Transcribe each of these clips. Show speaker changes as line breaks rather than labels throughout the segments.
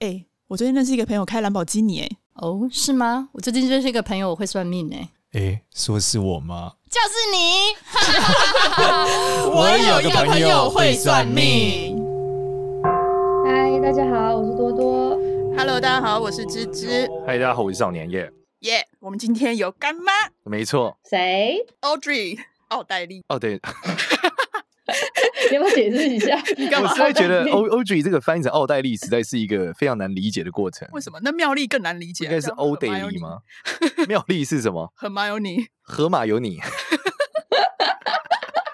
哎、我最近认识一个朋友开兰博基尼、哎，
哦，是吗？我最近认识一个朋友，我会算命哎、
诶，说是我吗？
就是你。
我有个朋友会算命。
嗨，大家好，我是多多。
Hello，大家好，我是芝芝，
嗨，大家好，我是少年耶。
耶、我们今天有干妈
没错，
谁？
Audrey 奥黛丽，
哦对，
你要不要解释一下？
我实在觉 得
奥黛丽
O O G 这个翻译成奥黛丽，实在是一个非常难理解的过程。
为什么？那妙丽更难理解，啊
应该是欧黛丽吗？妙丽是什么？
和 m a 尼，
河马有 你，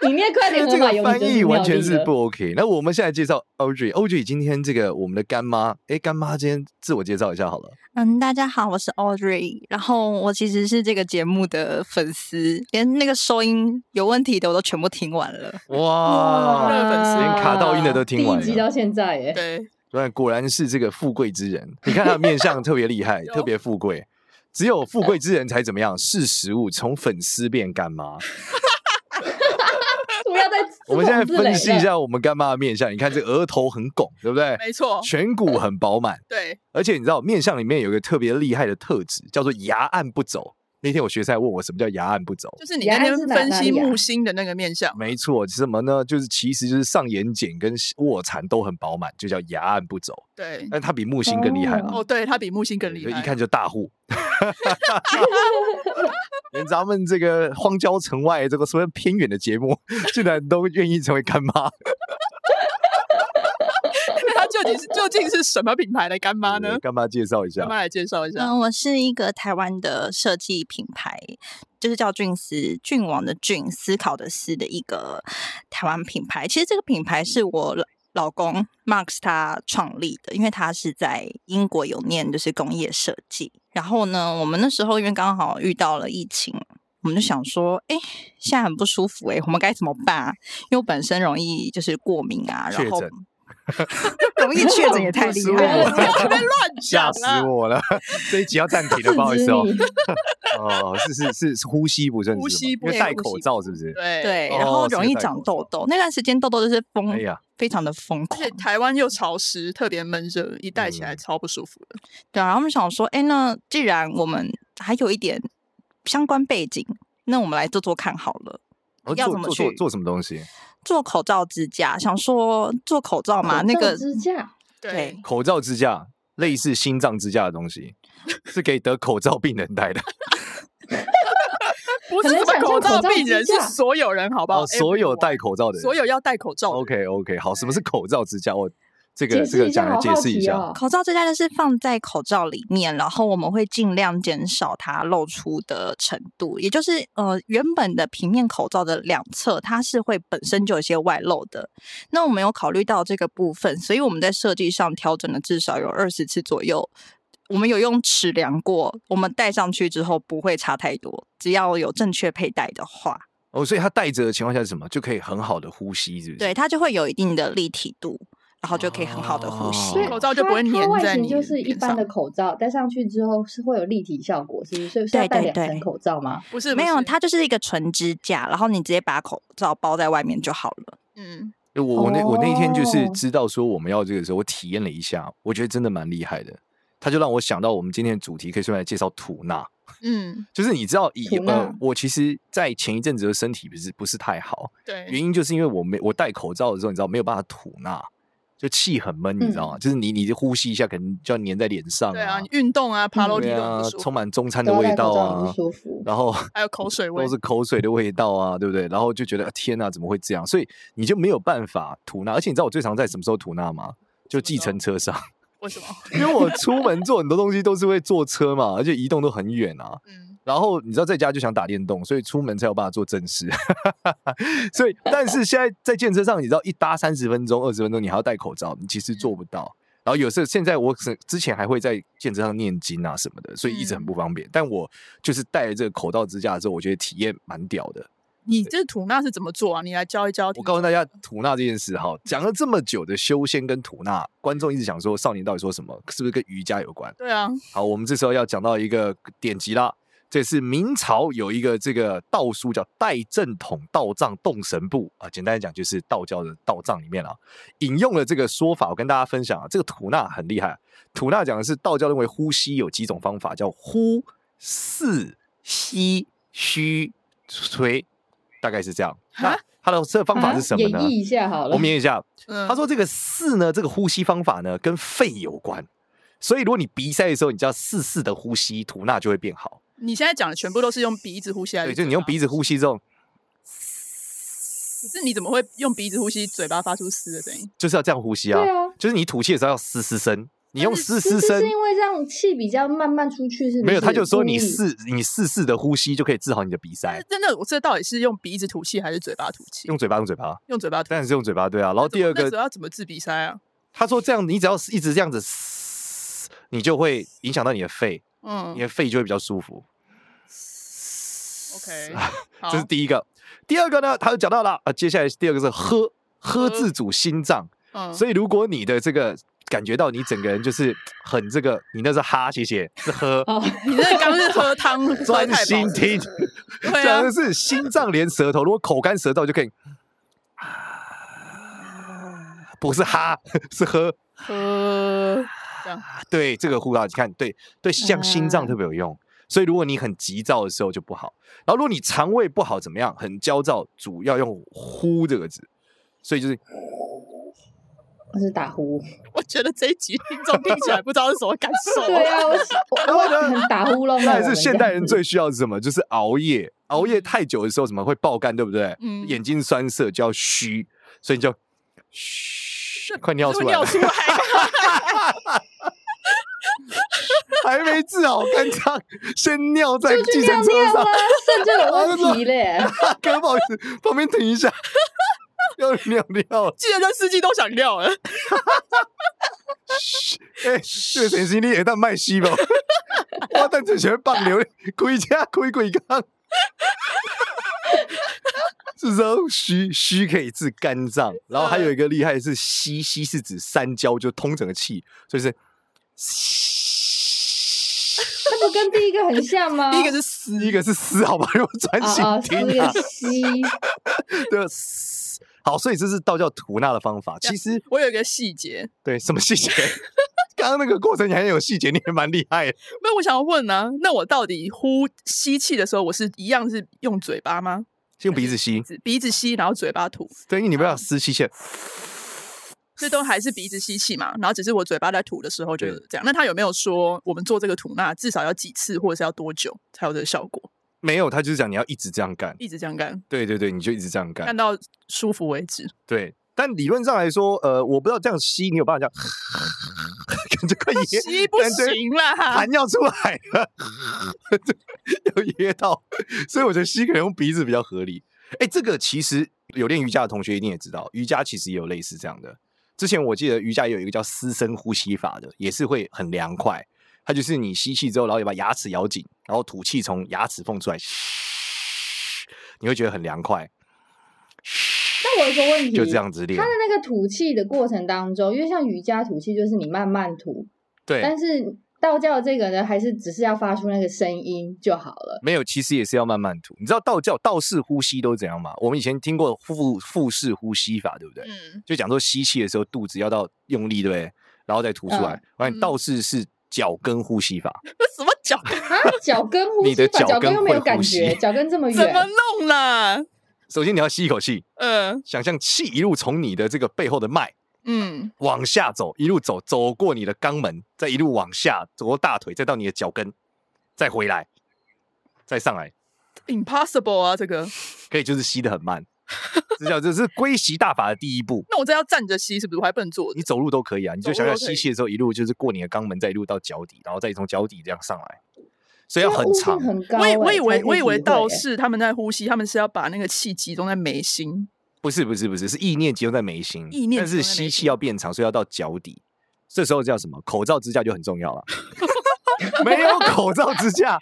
你念快点，
这
河马有
个
你
翻译完全
就是
是
妙丽了
不 OK。那我们现在介绍 O G O G 今天这个我们的干妈，诶，干妈今天自我介绍一下好了。
嗯，大家好，我是 Audrey，然后我其实是这个节目的粉丝，连那个收音有问题的我都全部听完了。
哇，
热粉丝
连卡到音的都听完
第一集
了，
到现在耶，
对，
对，果然是这个富贵之人。你看他的面相特别厉害，特别富贵。只有富贵之人才怎么样？视食物从粉丝变干妈。
不要再自
我们现在
捧自
分
擂
析一
了，
下我们干妈的面相，你看这个额头很拱，对不对？
没错，
颧骨很饱满，
对，
而且你知道面相里面有一个特别厉害的特质，叫做牙按不走。那天我学生还问我什么叫牙按不走，
就是你啊那
原来
天
是哪
分析
哪里啊
木星的那个面相，
没错，是什么呢？就是其实就是上眼睑跟卧蚕都很饱满，就叫牙按不走。
哦
对，
但它比木星更厉害了，
哦，对，他比木星更厉
就
害，
一看就大户。连咱们这个荒郊城外这个所谓偏远的节目，竟然都愿意成为干妈，
那 他究 竟是究竟是什么品牌的干妈呢
对？哦干妈介绍一下
干。妈来介绍一下，
嗯，我是一个台湾的设计品牌，就是叫俊思，俊王的俊，思考的思的一个台湾品牌。其实这个品牌是我老老公 Max 他创立的，因为他是在英国有念就是工业设计。然后呢，我们那时候因为刚好遇到了疫情。我们就想说，哎、现在很不舒服、诶哎，我们该怎么办啊、因为我本身容易就是过敏啊，
确
然后
诊
容易确诊也太厉害了，
不要
别乱
吓
讲
死
啊！
我了！这一集要暂停 了，不好意思哦。哦，是是是是呼吸不顺，
呼
是吗
吸不
因为
顺
戴
呼
口
吸
罩是不是？
对，
对，
哦
然后
是
容易
戴
长
口
痘
罩
痘。那段时间痘痘就是疯，
哎
嗯
呀，
非常的疯
而
狂
且。台湾又潮湿，特别闷热，一戴起来
嗯
超不舒服的。
对啊，然后我们想说，哎，那既然我们还有一点相关背景，那我们来做做看好了。
哦
要
做
怎么
做做
去
做什么东西？
做口罩支架，想说做口罩嘛，那
口罩
个
支架，
对，
口罩支架，类似心脏支架的东西，是给得口罩病人 戴的。
不是
很
什
难
么
想
口
象口
罩
罩
病
支
人，是
架
所有人，好不好？
哦，所有
everyone
戴哦口罩的人，
所有要戴口罩的人。
OK OK，好，什么是口罩支架？我这
解
个这
释
个
一下，
讲来
好
解
好
释一
奇
下。
哦。
口罩支架就是放在口罩里面，然后我们会尽量减少它露出的程度，也就是呃原本的平面口罩的两侧它是会本身就有一些外露的。那我们有考虑到这个部分，所以我们在设计上调整了至少有二十次左右。我们有用尺量过，我们戴上去之后不会差太多，只要有正确佩戴的话，
哦，所以他戴着的情况下是什么？就可以很好的呼吸，是不是？
对它就会有一定的立体度，然后就可以很好的呼吸。
哦
所以
口罩就不会
它它
粘
外
在
形
你
就是一
脸
般
上
的口罩，戴上去之后是会有立体效果，是不是？所以是要
对
戴
对
两层
对
口罩吗？
不是
没有，
不是
它就是一个纯支架，然后你直接把口罩包在外面就好了。
嗯，
我我那我那一天就是
哦
知道说我们要这个时候，我体验了一下，我觉得真的蛮厉害的。他就让我想到我们今天的主题，可以顺便来介绍吐纳。
嗯，
就是你知道以
吐纳
呃，我其实，在前一阵子的身体不是不是太好，
对，
原因就是因为我没我戴口罩的时候，你知道没有办法吐纳，就气很闷，你知
嗯
道吗？就是你你呼吸一下，可能就要粘在脸上
对啊，你运动啊，爬楼梯
对
都很
啊
不舒，服
充，满中餐的
都要
味
戴
道
口罩
啊
很不，舒服。
然后
还有口水味
都是口水的味道啊，对不对？然后就觉得啊天哪，怎么会这样？所以你就没有办法吐纳，而且你知道我最常在什么时候吐纳吗？就
什
计
么时候
程车上，
为什么？
因为我出门做很多东西都是会坐车嘛，而且移动都很远啊。
嗯，
然后你知道在家就想打电动，所以出门才有办法做正事。 所以，但是现在在健身上，你知道一搭三十分钟、二十分钟，你还要戴口罩，你其实做不到。然后有时候现在我是之前还会在健身上念经啊什么的，所以一直很不方便。但我就是戴了这个口罩支架之后，我觉得体验蛮屌的。
你这吐纳是怎么做啊？你来教一教听众。
我告诉大家吐纳这件事哈，讲了这么久的修仙跟吐纳，观众一直想说少年到底说什么，是不是跟瑜伽有关？
对啊，
好，我们这时候要讲到一个典籍啦，这是明朝有一个这个道书叫《戴正统道藏洞神部》啊，简单来讲就是道教的道藏里面啊，引用了这个说法，我跟大家分享啊，这个吐纳很厉害，吐纳讲的是道教认为呼吸有几种方法，叫呼、四、吸、虚、吹，大概是这样。那他的这个方法是什么呢？
啊演绎一下好了
我们演绎一下，
嗯
他说这个四呢，这个呼吸方法呢跟肺有关，所以如果你鼻塞的时候，你叫四四的呼吸，吐纳就会变好。
你现在讲的全部都是用鼻子呼吸还是
对，
嘴巴？
就你用鼻子呼吸这种，
啊可是你怎么会用鼻子呼吸，嘴巴发出嘶的声音？
就是要这样呼吸啊，
对啊，
就是你吐气的时候要嘶嘶声，你用嘶
是
嘶
是
声
是。因为让气比较慢慢出去，是不是
没有，他就说你
故意
四你四四的呼吸就可以治好你的鼻塞，
真的，我这到底是用鼻子吐气还是嘴巴吐气？
用嘴巴用嘴巴，
用嘴巴吐。
当然是用嘴巴对啊。然后第二
那时候
个，
要怎么治鼻塞啊？
他说这样你只要一直这样子嘶，你就会影响到你的肺，
嗯
你的肺就会比较舒服。
，OK，好
这是第一个。第二个呢，他就讲到了啊，接下来第二个是喝，喝自主心脏。
嗯，
所以如果你的这个感觉到你整个人就是很这个，你那是哈，谢谢，是喝，
哦，
你那刚是喝汤， 喝
专
太饱
心
了
听。
对啊
讲的是心脏连舌头，如果口干舌燥就可以，不是哈，是喝。
喝，
对这个呼到，你看，对对，像心脏特别有
嗯
用。所以如果你很急躁的时候就不好，然后如果你肠胃不好怎么样，很焦躁，主要用“呼”这个字。所以就是
我是打呼。
我觉得这一集听众听起来不知道是什么感受。
对啊， 我是
然
我
后呢
我很打呼噜。
那还是现代人最需要的是什么？就是熬夜，熬夜太久的时候怎么会爆干，对不对？
嗯
眼睛酸涩就要虚，所以你就嘘，快尿出
会
来
尿
了，
出来，
还没治好肝脏，先尿在
就去
计
尿
程车
尿
上
啊，，肾就有问题嘞。
哥、不好意思，旁边停一下， 要尿尿。
计程车司机都想尿了。
哎、这个陈经理也当卖西 吧，我等这全放流，开车开鬼缸， 是说虚虚可以治肝脏，
嗯
然后还有一个厉害的是吸吸是指三焦，就通整个气，所以 是
那不跟第一个很像吗？
第一个是嘶，
第一个是嘶，好吧，用专
啊
心
啊，第一
听啊
个，吸，
对，嘶好，所以这是道教吐纳的方法，其实
我有一个细节，
对什么细节？ 刚刚那个过程你很有细节，你也蛮厉害的。
那我想要问呢、啊，那我到底呼吸气的时候，我是一样是用嘴巴吗？
用鼻子吸，
只鼻子吸，然后嘴巴吐，
对，因为你不
嗯
要撕气线，
这都还是鼻子吸气嘛？然后只是我嘴巴在吐的时候就是这样。那他有没有说我们做这个吐纳至少要几次，或者是要多久才有这个效果？
没有，他就是讲你要一直这样干。
一直这样干，
对对对，你就一直这样干
干。到舒服为止。
对，但理论上来说，呃，我不知道这样吸，你有办法这样， 感觉快噎，
吸不
感觉
行啦
痰，要出来了， 有噎到，所以我觉得吸可能用鼻子比较合理。哎，这个其实有练瑜伽的同学一定也知道，瑜伽其实也有类似这样的。之前我记得瑜伽有一个叫私生呼吸法的，也是会很凉快。它就是你吸气之后，然后你把牙齿咬紧，然后吐气从牙齿缝出来，你会觉得很凉快，
那我有个问题，
就这。样子练
它。的那个吐气的过程当中，因为像瑜伽吐气就是你慢慢吐，
对，
但是道教这个呢，还是只是要发出那个声音就好了。
没有，其实也是要慢慢吐。你知道道教道士呼吸都是怎样吗？我们以前听过腹腹式呼吸法，对不对？
嗯，
就讲说吸气的时候肚子要到用力，对不对？然后再吐出来
嗯。
我发现道士是脚跟呼吸法，
那 什么脚
啊，脚跟呼吸法，
你的脚
脚跟又没有
跟会
感
呼吸
觉，脚跟这么
怎
远，
么弄啦？
首先你要吸一口气，
嗯
想象气一路从你的这个背后的脉
嗯，
往下走，一路走，走过你的肛门，再一路往下走过大腿，再到你的脚跟，再回来，再上来。
impossible 啊，这个。
可以就是吸的很慢，这叫这是归习大法的第一步。
那我这要站着吸是不是？我还不能坐着
你。走路都可以啊，你就
走
想
路都
想
可
吸
以
气的时候，一路就是过你的肛门，再一路到脚底，然后再从脚底这样上来，所以
这
要
个
很
悟性
长。
很高、
我以我以
哎
为我以为道。
才可体会哎
士他们在呼吸，他们是要把那个气集中在眉心。
不是不是不是，是意念集中在眉心，
意念
但
集中
是
在眉
吸气
心
要变长，所以要到脚底。这时候叫什么？口罩支架就很 重要了。没有口罩支架，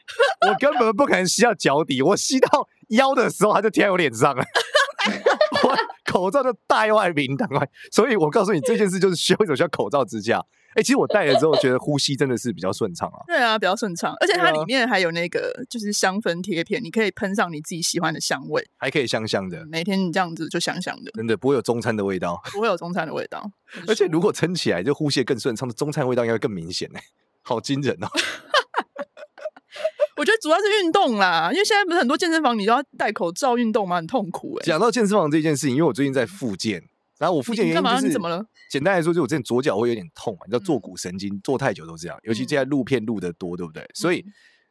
我根本 不可能吸到脚底。我吸到腰的时候，它就贴在我脸上了。我口罩就戴外屏挡外。所以我告诉你，这件事就是需要一种叫口罩支架。哎、其实我戴了之后，觉得呼吸真的是比较顺畅啊。
对啊，比较顺畅，而且它
对啊
里面还有那个就是香氛贴片，你可以喷上你自己喜欢的香味，
还可以香香的，
每天你这样子就香香的，
真的不会有中餐的味道。
不会有中餐的味道。很
而且
舒
如果撑起来，就呼吸得更顺畅，中餐味道应该会更明显呢、 好惊人哦！
我觉得主要是运动啦，因为现在不是很多健身房你都要戴口罩运动吗？很痛苦哎、
讲到健身房这件事情，因为我最近在复健，然后我复健
你
原
干
因
嘛
就是
你怎么了？
简单来说，就我之前左脚会有点痛嘛，你知道
嗯
坐骨神经坐太久都这样，尤其
嗯
现在录片录的多，对不对？所以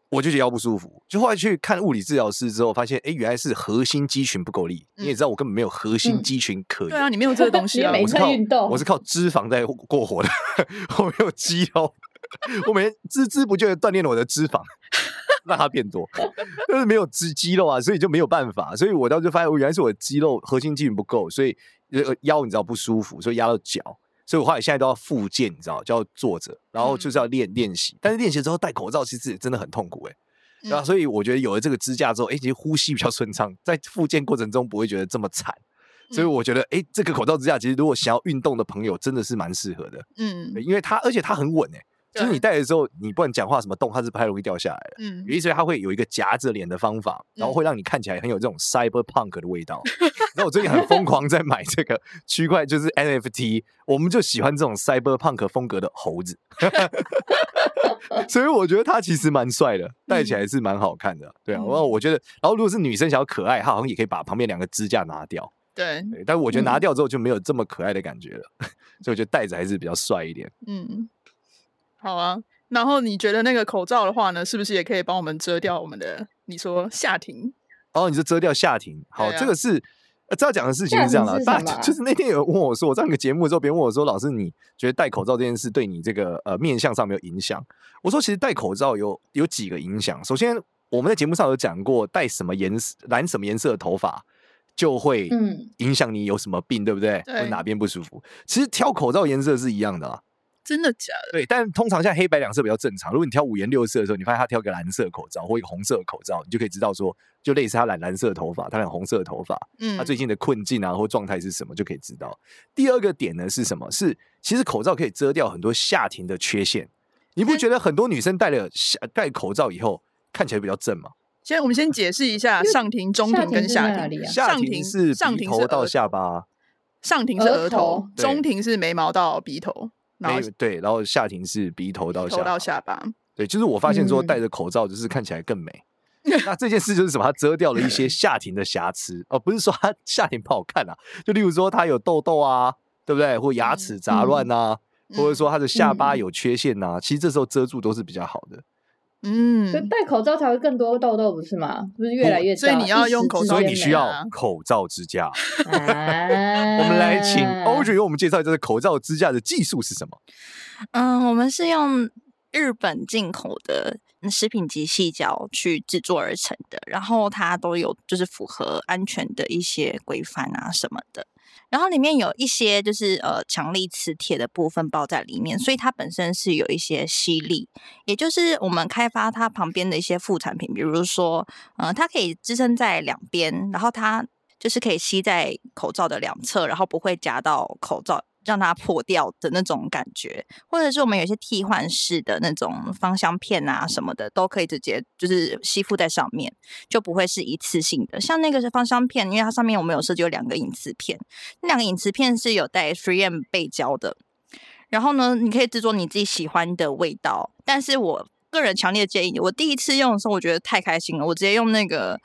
我就觉得腰不舒服，就后来去看物理治疗师之后，发现哎，诶原来是核心肌群不够力。你也知道我根本没有核心肌群可
嗯对啊，
言。
你没有这个东西啊
你，每
我
我
是
天
靠
运动
我是靠脂肪在过活的， 我没有肌肉， 我每天孜孜不倦的锻炼了我的脂肪， 让它变多，但是没有肌肌肉啊，所以就没有办法，所以我当时就发现，我哦原来是我的肌肉核心肌群不够，所以呃腰你知道不舒服，所以压到脚，所以我后来现在都要复健，你知道，就要坐着，然后
嗯
就是要练练习，但是练习之后戴口罩其实也真的很痛苦哎、对啊，
嗯
所以我觉得有了这个支架之后，哎、其实呼吸比较顺畅，在复健过程中不会觉得这么惨。所以
嗯
我觉得，哎、这个口罩支架其实如果想要运动的朋友，真的是蛮适合的，
嗯啊
对因为它而且它很稳哎、就是你戴的时候，你不管讲话什么动，它是不太容易掉下来的。
嗯，
有一些它会有一个夹着脸的方法，然后会让你看起来很有这种 cyberpunk 的味道。那、我最近很疯狂在买这个区块，就是 NFT，我们就喜欢这种 cyberpunk 风格的猴子， 所以我觉得它其实蛮帅的，戴起来是蛮好看的。对啊，然后我觉得，然后如果是女生想要可爱，她好像也可以把旁边两个支架拿掉。
对，
对，但我觉得拿掉之后就没有这么可爱的感觉了， 所以我觉得戴着还是比较帅一点。
嗯，好啊。然后你觉得那个口罩的话呢，是不是也可以帮我们遮掉我们的？你说下庭，
哦，你就遮掉下庭，好，
对啊
这个是。呃这要讲的事情
下
是这样
庭
啦，
是
大
什么啊
就是那天有人问我说，我上个节目之后，别人问我说，老师，你觉得戴口罩这件事对你这个呃面相上没有影响？我说，其实戴口罩有有几个影响。首先，我们在节目上有讲过，戴什么颜色、染什么颜色的头发就会
嗯
影响你有什么病，对不对？或
对
哪边不舒服。其实挑口罩颜色是一样的啦，
真的假的？
对，但通常现在黑白两色比较正常。如果你挑五颜六色的时候，你发现他挑个蓝色口罩或一个红色口罩，你就可以知道说，就类似他染蓝色的头发，他染红色的头发，
嗯，
他最近的困境啊或状态是什么，就可以知道。第二个点呢是什么？是其实口罩可以遮掉很多下庭的缺陷。你
哎
不觉得很多女生戴了下戴口罩以后看起来比较正吗？
先我们先解释一下上庭、中
下
庭跟
庭是在
下
哪
庭。
里啊
下
上
庭
庭
是
上
鼻
庭
头
是
到
额
下巴，
上庭是
额
额头
头，
对
中庭是眉毛到鼻头，然后
没有哎对，然后下庭是鼻头到
鼻
下
头
巴
到。下巴。
对，就是我发现说
嗯
戴着口罩就是看起来更美。 那这件事就是什么？它遮掉了一些下庭的瑕疵，哦而、不是说它 下庭不好看啊。就例如说它有痘痘啊，对不对？或牙齿杂乱啊，或者说它的下巴
嗯
有缺陷啊，其实这时候遮住都是比较好的。
嗯，
就戴口罩才会更多痘痘，不是吗？不是越来越
所以
糟
你要
一
用
时
口
之
罩
所以
也
你
美
需
啊
要口罩支架。
间啊
我们来 请 Audrey 为我们介绍一下这个口罩支架的技术是什么。
嗯，我们是用日本进口的嗯食品级细胶去制作而成的，然后它都有就是符合安全的一些规范啊什么的。然后里面有一些就是呃强力磁铁的部分包在里面，所以它本身是有一些吸力，也就是我们开发它旁边的一些副产品，比如说呃它可以支撑在两边，然后它就是可以吸在口罩的两侧，然后不会夹到口罩让它破掉的那种感觉。或者是我们有一些替换式的那种芳香片啊什么的，都可以直接就是吸附在上面，就不会是一次性的。像那个是芳香片，因为它上面我们有设计有两个隐磁片，那两个隐磁片是有带 3M 背胶的。然后呢，你可以制作你自己喜欢的味道，但是我个人强烈建议你，我第一次用的时候我觉得太开心了，我直接用那个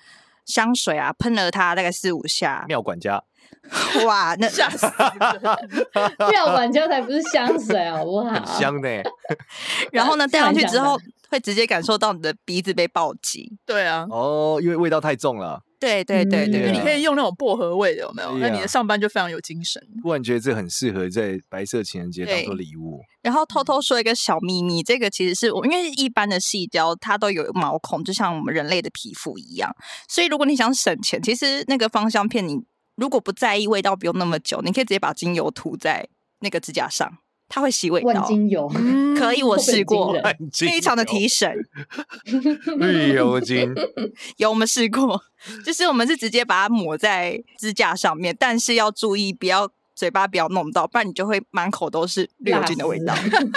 香水啊喷了它大概四五下，
妙管家，
哇，那
吓死人！
妙管家才不是香水好不好？
很香呢、
然后呢戴上去
像你
之
讲的
后会直接感受到你的鼻子被暴击。
对啊，
哦，因为味道太重了，
对对对
嗯
对，
因为你
啊
可以用那种薄荷味的，有没有？那你
对啊
的上班就非常有精神。
突然觉得这很适合在白色情人节当做
对
礼物。
然后偷偷说一个小秘密，这个其实是我，因为一般的细胶它都有毛孔，就像我们人类的皮肤一样，所以如果你想省钱，其实那个芳香片你如果不在意味道，不用那么久，你可以直接把精油涂在那个指甲上，它会洗味
万
道，嗯
金油，
可以，我
嗯会不会
试
很惊
过，
人
万金油
非常的提神。
绿油精，
有我们试过，就是我们是直接把它抹在支架上面，但是要注意不要嘴巴不要弄到，不然你就会满口都是绿油精的味道。
辣死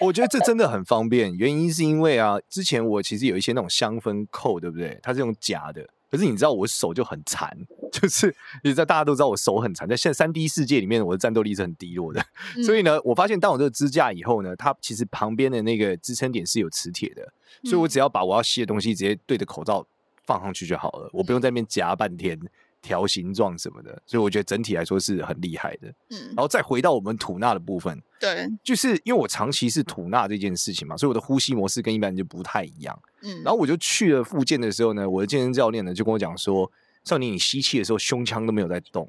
我觉得这真的很方便。原因是因为啊，之前我其实有一些那种香氛扣，对不对？它是用夹的，可是你知道我手就很残，就是你知道大家都知道我手很残，在现在三 D 世界里面，我的战斗力是很低落的。所以呢，我发现当我这个支架以后呢，它其实旁边的那个支撑点是有磁铁的，所以我只要把我要吸的东西直接对着口罩放上去就好了，我不用在那边夹半天。调形状什么的，所以我觉得整体来说是很厉害的。
嗯
然，后再回到我们吐纳的部分，
对，
就是因为我长期是吐纳这件事情嘛，所以我的呼吸模式跟一般人就不太一样。
嗯，
然后我就去了复健的时候呢，我的健身教练呢就跟我讲说，少年你吸气的时候胸腔都没有在动，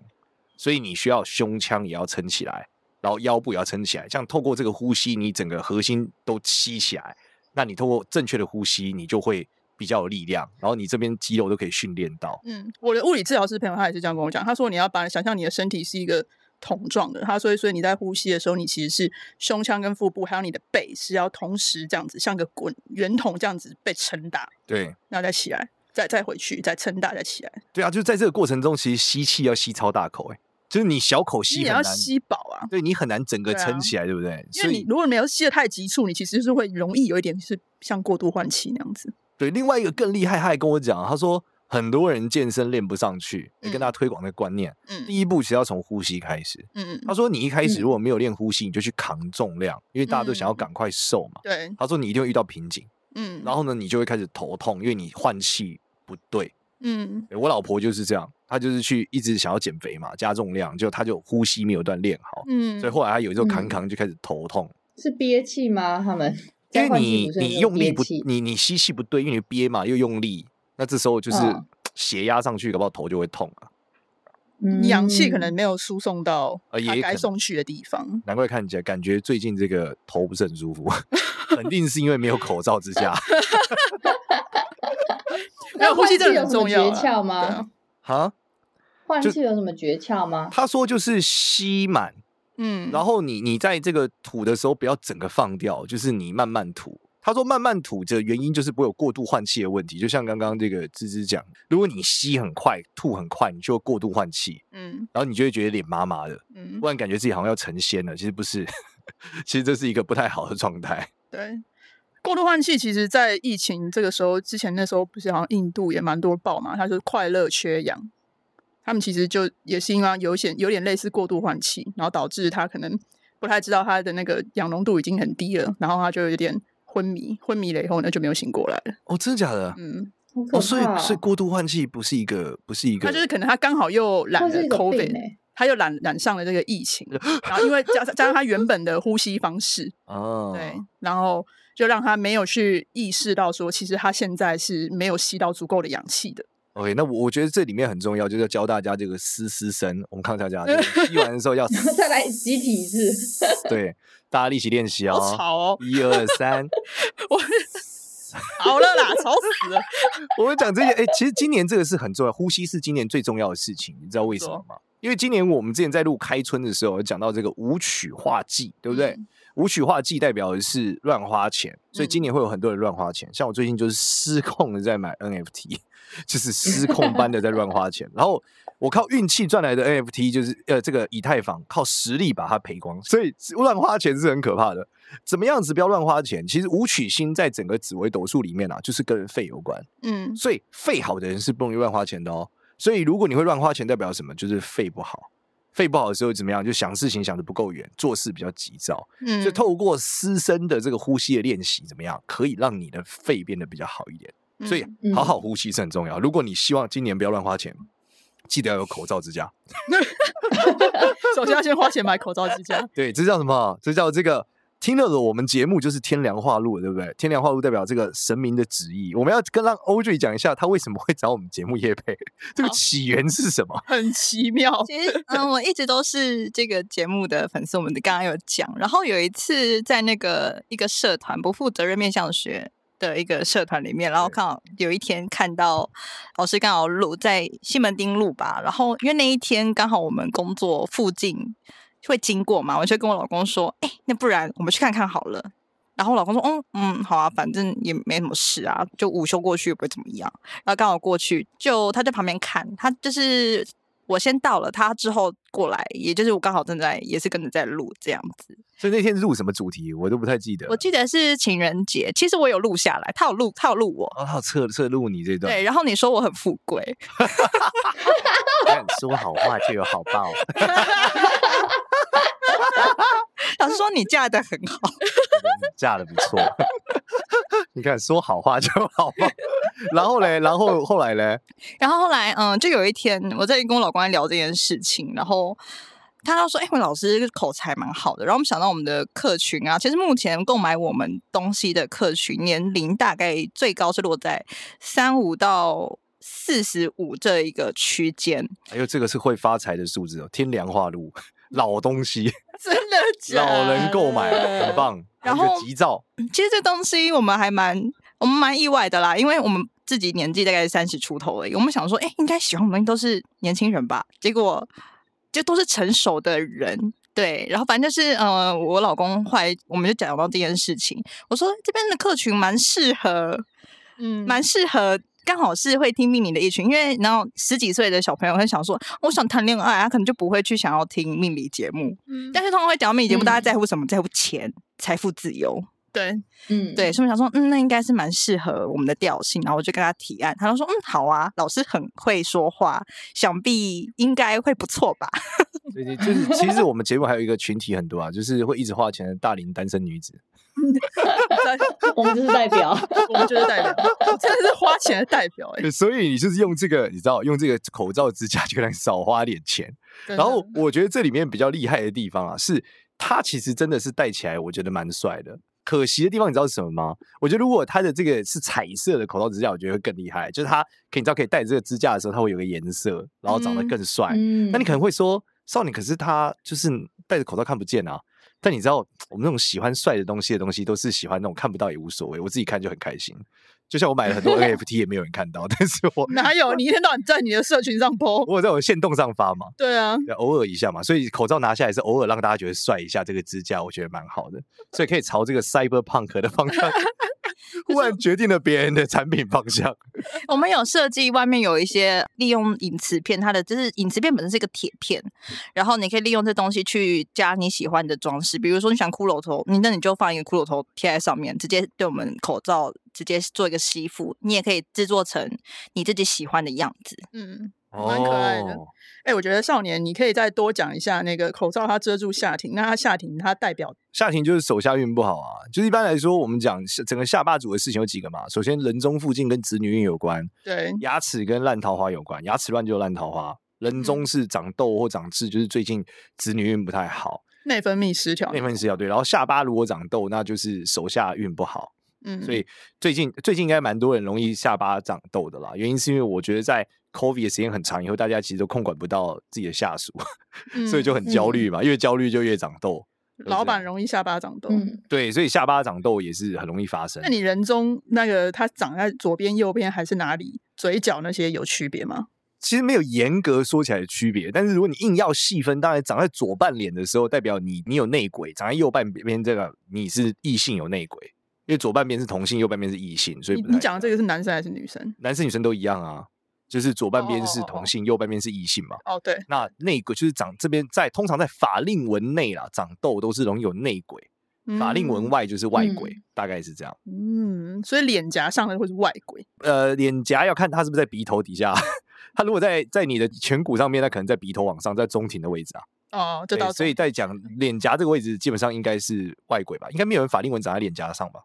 所以你需要胸腔也要撑起来，然后腰部也要撑起来，这样透过这个呼吸，你整个核心都吸起来。那你透过正确的呼吸，你就会比较有力量，然后你这边肌肉都可以训练到。
嗯，我的物理治疗师朋友他也是这样跟我讲，他说你要把想象你的身体是一个桶状的，他说所以你在呼吸的时候，你其实是胸腔跟腹部还有你的背是要同时这样子，像个滚圆筒这样子被撑大，
对。
然后再起来，再再回去，再撑大，再起来，
对啊，就在这个过程中，其实吸气要吸超大口、欸，就是你小口
你
吸
也
很
要
难，
吸饱啊。
对你很难整个
对啊
撑起来，对不对？
因为
所
你
以
如果没有吸的太急促，你其实是会容易有一点是像过度换气那样子。
对，另外一个更厉害，他还跟我讲，他说很多人健身练不上去，也跟大家推广这个观念。
嗯
第一步其实要从呼吸开始。
嗯嗯，嗯
他说你一开始
嗯
如果没有练呼吸，你就去扛重量，因为大家都想要赶快瘦嘛。
对，
他说你一定会遇到瓶颈，
嗯，
然后呢，你就会开始头痛，因为你换气不对。
嗯
我老婆就是这样，她就是去一直想要减肥嘛，加重量，就她就呼吸没有锻炼好，
嗯，
所以后来她有时候扛
嗯
扛就开始头痛。
是憋气吗？他们
因为
在换
你
气不是
你
那种
用力
憋
不
气，
你你吸气不对，因为你憋嘛又用力，那这时候就是
嗯
血压上去，搞不好头就会痛啊。
你氧气可
嗯
能没有输送到
嗯呃也
它
可
该
能
送去的地方。
难怪看起来感觉最近这个头不是很 舒服，肯定是因为没有口罩之下
没呃有呼吸真的
有
很
什么
重要
诀
啦
窍
对啊
吗？
啊。
换
就
气有什么诀窍吗？
他说就是吸满，
嗯，
然后你你在这个吐的时候不要整个放掉，就是你慢慢吐。他说慢慢吐的原因就是不会有过度换气的问题，就像刚刚这个芝芝讲，如果你吸很快、吐很快，你就会过度换气，
嗯
然后你就会觉得脸麻麻的。
嗯
突，然感觉自己好像要成仙了，其实不是， 其实这是一个不太好的状态。
对。过度换气，其实，在疫情这个时候之前，那时候不是好像印度也蛮多爆嘛，它就是快乐缺氧，他们其实就也是因为啊有点有点类似过度换气，然后导致他可能不太知道他的那个氧浓度已经很低了，然后他就有点昏迷，昏迷了以后呢就没有醒过来了。
哦，真的假的？
嗯，
好可
哦，所以
怕哦，
所以过度换气不是一个，不是一个，
他就是可能他刚好又染
这
了
是一个病
COVID，
欸
他又染染上了这个疫 情，然后因为加上加上他原本的呼吸方式，
哦，
对，然后就让他没有去意识到说，其实他现在是没有吸到足够的氧气的。
OK，那我我觉得这里面很重要，就是要教大家这个嘶嘶声。我们看大家就是吸完的 时候要
然后再来集体式，
对，大家一起练习
好
哦。
吵哦！
一二三，
我好了啦，吵死了。
我们讲这些。哎、其实今年这个是很重要，呼吸是今年最重要的事情，你知道为什么
说
吗？因为今年我们之前在录开春的时候有讲到这个舞曲化季，对不对？舞曲化季代表的是乱花钱，所以今年会有很多人乱花钱。像我最近就是失控的在买 NFT，就是 失控般的在乱花钱。然后我靠运气赚来的 NFT，就是呃这个以太坊靠实力把它赔光，所以乱花钱是很可怕的。怎么样子不要乱花钱？其实武曲星在整个紫微斗数里面啊，就是跟肺有关，
嗯
所以肺好的人是不容易乱花钱的哦。所以如果你会乱花钱，代表什么？就是肺不好。肺不好的时候怎么样？就想事情想的不够远，做事比较急躁。
嗯
所以透过私生的这个呼吸的练习，怎么样可以让你的肺变得比较好一点？所以
嗯
好好呼吸是很重要。如果你希望今年不要乱花钱，记得要有口罩支架。
首先要先花钱买口罩支架。
对，这叫什么？啊这叫这个听到了我们节目就是天凉化露了，对不对？天凉化露代表这个神明的旨意。我们要跟让 OJ 讲一下他为什么会找我们节目叶配，这个起源是什么？
很奇妙，
其实，嗯，我一直都是这个节目的粉丝，我们刚刚有讲。然后有一次在那个一个社团不负责任面向学的一个社团里面，然后
对
刚好有一天看到老师刚好录在西门町路吧，然后因为那一天刚好我们工作附近会经过嘛，我就跟我老公说，哎、那不然我们去看看好了。然后我老公说，嗯嗯，好啊，反正也没什么事啊，就午休过去也不会怎么样。然后刚好过去，就他在旁边看，他就是我先到了，他之后过来，也就是我刚好正在也是跟着在录这样子。
所以那天录什么主题我都不太记得了。
我记得是情人节，其实我有录下来，他有录，他有录我。
哦，他有侧侧录你这段，
对，然后你说我很富贵，
看说好话就有好报。
老师说你嫁的很好，
嫁的不错。 你看，说好话就好话。然后嘞，然后后来嘞，
然后后来，嗯，就有一天我在跟我老公在聊这件事情，然后他就说：“哎、我老师口才蛮好的。”然后我们想到我们的客群啊，其实目前购买我们东西的客群年龄大概最高是落在三五到四十五这一个区间，
哎呦，这个是会发财的数字哦，天凉话录，老东西，
真的假的？
老人购买，很棒。
然
一个
后
急躁，
其实这东西我们还蛮我们蛮意外的啦，因为我们自己年纪大概三十出头而已，我们想说，哎、应该喜欢我们的都是年轻人吧？结果就都是成熟的人。对，然后反正就是，呃，我老公后来我们就讲到这件事情，我说这边的客群蛮适合，
嗯
蛮适合，刚好是会听命理的一群，因为然后十几岁的小朋友会想说，我想谈恋爱，他可能就不会去想要听命理节目，
嗯
但是通常会讲到命理节目，大家在乎什么？在乎钱、财富自由，
对，
嗯，
对，所以我想说，嗯，那应该是蛮适合我们的调性，然后我就跟他提案，他就说，嗯，好啊，老师很会说话，想必应该会不错吧？
对对，就是其实我们节目还有一个群体很多啊，就是会一直花钱的大龄单身女子。
我们就是代表，
我们就是代表，真的是花钱的代表哎、
对所以你就是用这个，你知道，用这个口罩支架就能少花点钱。
真的
然后我觉得这里面比较厉害的地方啊，是他其实真的是戴起来，我觉得蛮帅的。可惜的地方你知道是什么吗？我觉得如果他的这个是彩色的口罩支架，我觉得会更厉害。就是他可以你知道可以戴这个支架的时候，它会有个颜色，然后长得
嗯
更帅。
嗯
那你可能会说，少年，可是他就是戴着口罩看不见啊。但你知道，我们那种喜欢帅的东西的东西，都是喜欢那种看不到也无所谓，我自己看就很开心。就像我买了 很多 NFT 也没有人看到，但是我
哪有你一天到晚在你的社群上 po？
我有在我的线动上发嘛，
对啊，
对偶尔一下嘛，所以口罩拿下来是偶尔让大家觉得帅一下，这个支架我觉得蛮好的，所以可以朝这个 cyberpunk 的 方向，忽然决定了别人的产品方向。
我们有设计外面有一些利用隐磁片，它的就是隐磁片本身是一个铁片，然后你可以利用这东西去加你喜欢的装饰，比如说你想骷髅头，你那你就放一个骷髅头贴在上面，直接对我们口罩直接做一个吸附，你也可以制作成你自己喜欢的样子。
嗯，蛮可爱的。哎、我觉得少年，你可以再多讲一下那个口罩，它遮住下庭，那它下庭它代表
下庭就是手下运不好啊，就是一般来说，我们讲下整个下巴组的事情有几个嘛？首先，人中附近跟子女运有关，
对，
牙齿跟烂桃花有关，牙齿乱就有烂桃花。人中是长痘或长痣，就是最近子女运不太好，
内分泌失调
那，份是要对。然后下巴如果长痘，那就是手下运不好。
嗯，
所以最近最近应该蛮多人容易下巴长痘的啦，原因是因为我觉得在 COVID 的时间很长以后，大家其实都控管不到自己的下属， 所以就很焦虑嘛，越焦虑就越长痘。
嗯老板容易下巴长痘。
嗯，
对，所以下巴长痘也是很容易发生
那。你人中那个它长在左边、右边还是哪里？嘴角那些有区别吗？
其实没有严格说起来的区别，但是如果你硬要细分，当然长在左半脸的时候，代表你你有内鬼；长在右半边这个，你是异性有内鬼，因为左半边是同性，右半边是异性，所以
你
不太
你讲的这
一样
个是男生还是女生？
男生女生都一样啊，就是左半边是
哦哦哦
同性，右半边是异性嘛。
哦，对，
那内鬼就是长这边在通常在法令纹内啦，长痘都是容易有内鬼，法令纹
嗯，
外就是外鬼，大概是这样。
嗯，所以脸颊上的会是外鬼，
呃，脸颊要看它是不是在鼻头底下， 它如果在在你的颧骨上面，那可能在鼻头往上，在中庭的位置啊。
哦，就
对，
到
所以在讲脸颊这个位置，基本上应该是外鬼吧，应该没有人法令纹长在脸颊上吧？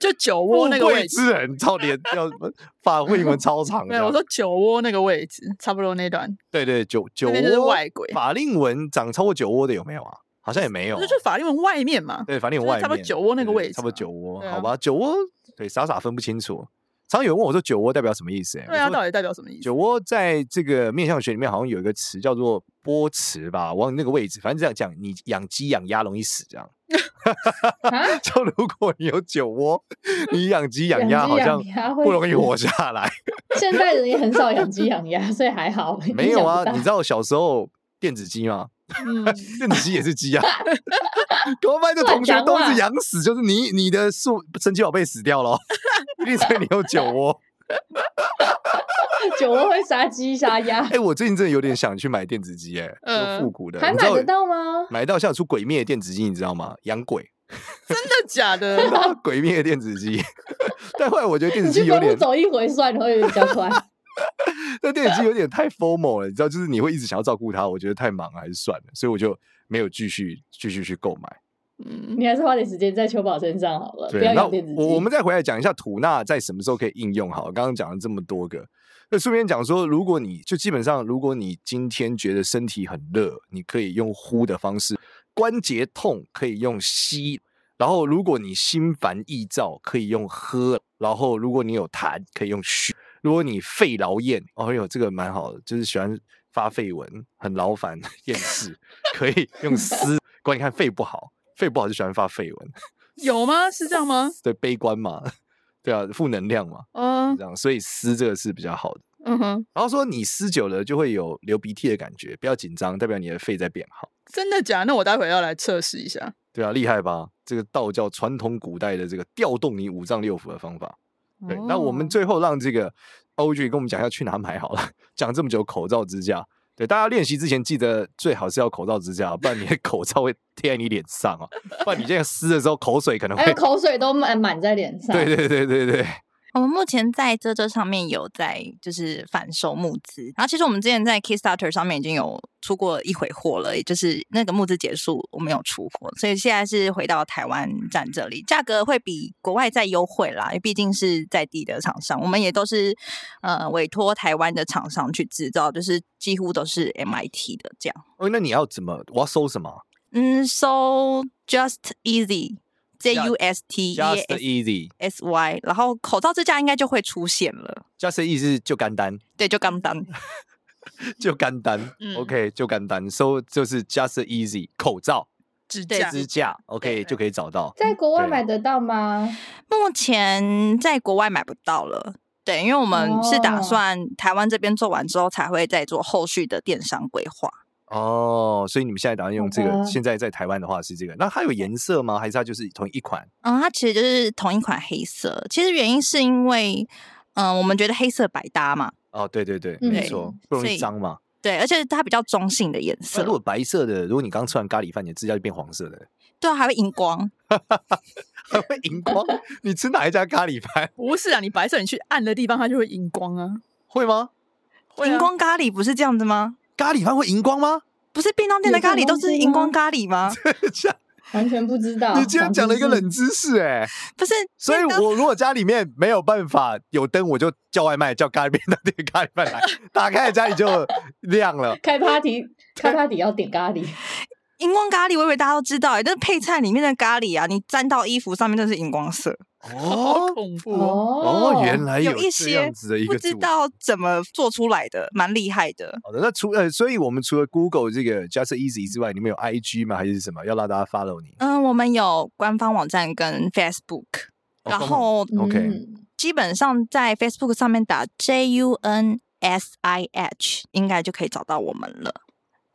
就酒窝哦那个
富
位
贵
置。
之人操脸要 法令纹超长
没
的。啊
有，我说酒窝那个位置，差不多那段，
对对，九九
那就是
窝
外鬼
法令纹长超过九窝的有没有啊？好像也没有
那，就是法令纹外面嘛。
对，法令
就
纹
是
外面
差不多酒窝那
对
个
对
位置
差不多
嘛
酒窝，
对
好
啊
吧，酒窝对傻傻分不清楚。常有人问我说酒窝代表什么意思、欸？
对啊，到底代表什么意思
酒？窝在这个面相学里面好像有一个词叫做波池吧，往你那个位置，反正这样讲，你养鸡养鸭容易死这样。
啊
就如果你有酒窝，你养鸡养
养
鸭
鸡
好
养
像
鸭会
不容易
死
活下 来。
现代人也很少养鸡养鸭，所以还好。
没有啊，你知
道
道我小时候电子鸡吗？
嗯，
那你鸡也是 鸡啊！我班的同学都是养死，就是你你的数神奇宝贝死掉了，一定是你有酒 窝。
酒窝会杀鸡杀鸭
哎、，我最近真的有点想去买电子鸡、哎、那
呃
个复古的，
还
你知
买
道
得到吗？
买到像出鬼灭电子鸡，你知道吗？养鬼，
真的假的？
鬼灭电子鸡。 但后来我觉得电
你
子
去
鸡有
公路
点，
走一回算会比较快。
那电子鸡有点太 formal 了，你知道，就是你会一直想要照顾它，我觉得太忙了，还是算了，所以我就没有继续继续去购买。
嗯，
你还是花点时间在秋宝身上好了，不
对，
要
那
用电子
我我
鸡。
们再回来讲一下吐纳在什么时候可以应用。好，刚刚讲了这么多个，那顺便讲说，如果你就基本上，如果你今天觉得身体很热，你可以用呼的方式；关节痛可以用吸，然后如果你心烦意躁可以用喝，然后如果你有痰可以用嘘。如果你肺劳厌，哦哟，这个蛮好的，就是喜欢发绯闻，很劳烦 厌世，可以用思。关你看 肺不好，肺不好就喜欢发绯闻。
有吗？是这样吗？
对悲观嘛， 对啊，负能量嘛，
嗯
这样，所以撕这个是比较好的。
嗯哼，
然后说你撕久了就会有流鼻涕的感觉，不要紧张，代表你的肺在变好，
真的假的？那我待会要来测试一下。
对啊，厉害吧？这个道教传统古代的这个调动你五脏六腑的方法。对，那我们
哦
最后让这个 OG 跟我们讲一下去哪买好了。讲这么久口罩支架，对大家练习之前记得最好是要口罩支架，不然你的 口罩会贴在你脸上哦，不然你这样撕的时候口水可能
还
会
有。口水都满满在脸 上。
对对对对对，
我们目前在这这上面有在就是反售募资，然后其实我们之前在 Kickstarter 上面已经有出过一回货了，也就是那个募资结束我们有出货，所以现在是回到台湾站这里，价格会比国外再优惠啦，因为毕竟是在地的厂商，我们也都是呃委托台湾的厂商去制造，就是几乎都是 MIT 的这样。
哦，那你要怎么？我要搜什么啊？
嗯，so just easy。J
加
U S T E
Just
S
easy。
S Y，然后口罩支架应该就会出现了。
Just easy 是就干单，
对，就刚当。
就干单。
嗯
OK，就干单。So 就是 Just easy 口罩
指
对
甲
支架，OK
对
就可以找到。
在国外
对
买得到吗？
目前在国外买不到了。对，因为我们是打
哦
算台湾这边做完之后，才会再做后续的电商规划。
哦，所以你们现在打算用这
好
个？
的
现在在台湾的话是这个。那它有颜色吗？还是它就是同一款？
嗯，它其实就是同一款黑色。其实原因是因为，嗯、我们觉得黑色百搭嘛，
哦，对对对，
嗯
没错，不容
所
易
以嗯
脏嘛。
对，而且它比较中性的颜
那
色
如，果白色的，如果你刚吃完咖喱饭，你的指甲就变黄色的，
对啊，还会荧光。
还会荧 光。你吃哪一家咖喱饭？
不是啊，你白色你去暗的地方它就会荧光啊，
会吗？
会
荧
啊。
光咖喱不是这样子吗？
咖喱饭会荧光吗？
不是便当店的
有这
咖
种
喱都
东
是
西
荧光
吗
咖喱吗？
完全不知道。
你竟然讲了一个
冷。
冷知识哎、
不是，
所以
便当
我如果家里面没有办法有灯，我就叫外卖，叫咖喱便当店咖喱饭来，打开家里就亮了。
开 party，开 party 要点咖喱，
荧光咖喱，我以为大家都知道、欸，但是配菜里面的咖喱啊，你沾到衣服上面都是荧光色。
好
哦
恐怖哦！
哦
哦，原来
有一
这
些
样子的一
不
个
知
组合
道怎么做出来的，蛮厉害的。
好的，那除呃，所以我们除了 Google 这个 Just Easy 之外，你们有 IG 吗？还是什么？要让大家 follow 你？
嗯，我们有官方网站跟 Facebook，、
哦
然
官方
后
嗯 OK
嗯
基本上在 Facebook 上面打 J U N S I H，应该就可以找到我们了。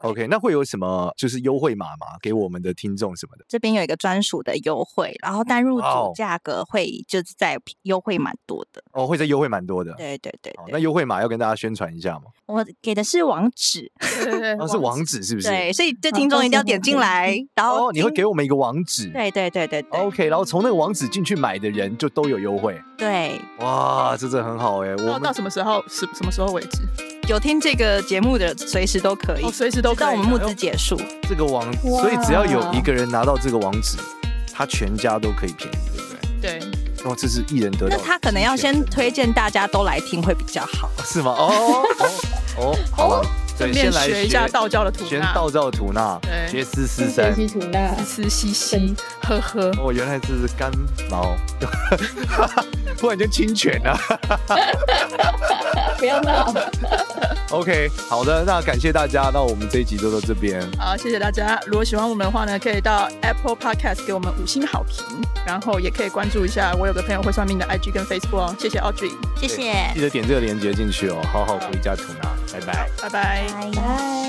OK，那会有什么就是优惠码吗？给我们的听众什么的？
这边有一个专属的优惠，然后单入
哇哦
组价格会就是在优惠蛮多的。
哦，会在优惠蛮多的。
对对对
好，那
对，
优惠码要跟大家宣传一下吗？
我给的是网址，
对对对
哦，是网址是不是？啊
对，所以这
好
听众
到
一定要
时候
点进
可以
来，然后
哦，你会
听
给我们一哦个网址。
对对对对对
OK，然后从那个网址进去买的人就都有优惠。
对，
哇，这真的很好哎、我
哦到
们
到什么时候什什么时候为止？
有听这个节目的随时都可以
哦，，随时都
直到
可
我
以
们
的。
募资结束。
这个网，
哇
所以只要有一个人拿到这个网址，他全家都可以便宜，对不对？
对，
哇，这是一人得到。
那他可能要先推荐大家都来听会比较好。
是吗？哦哦 哦，好了，
顺
对，
便
先来
学一下道教的啊吐
学
纳
道教的吐纳，
对
学思思
学
三。
习吐纳，
吃嘻嘻，呵呵。
哦，原来这是干毛， 突然间侵权啊了。
不要闹。
OK，好的，那感谢大家，那我们这一集就到这边。
好，谢谢大家。如果喜欢我们的话呢，可以到 Apple Podcast 给我们五星好评，然后也可以关注一下我有个朋友会算命的 IG 跟 Facebook 哦。谢谢 Audrey，
谢谢，
记得点这个链接进去哦，好好回家吐纳，拜拜。
拜拜。
拜。
拜。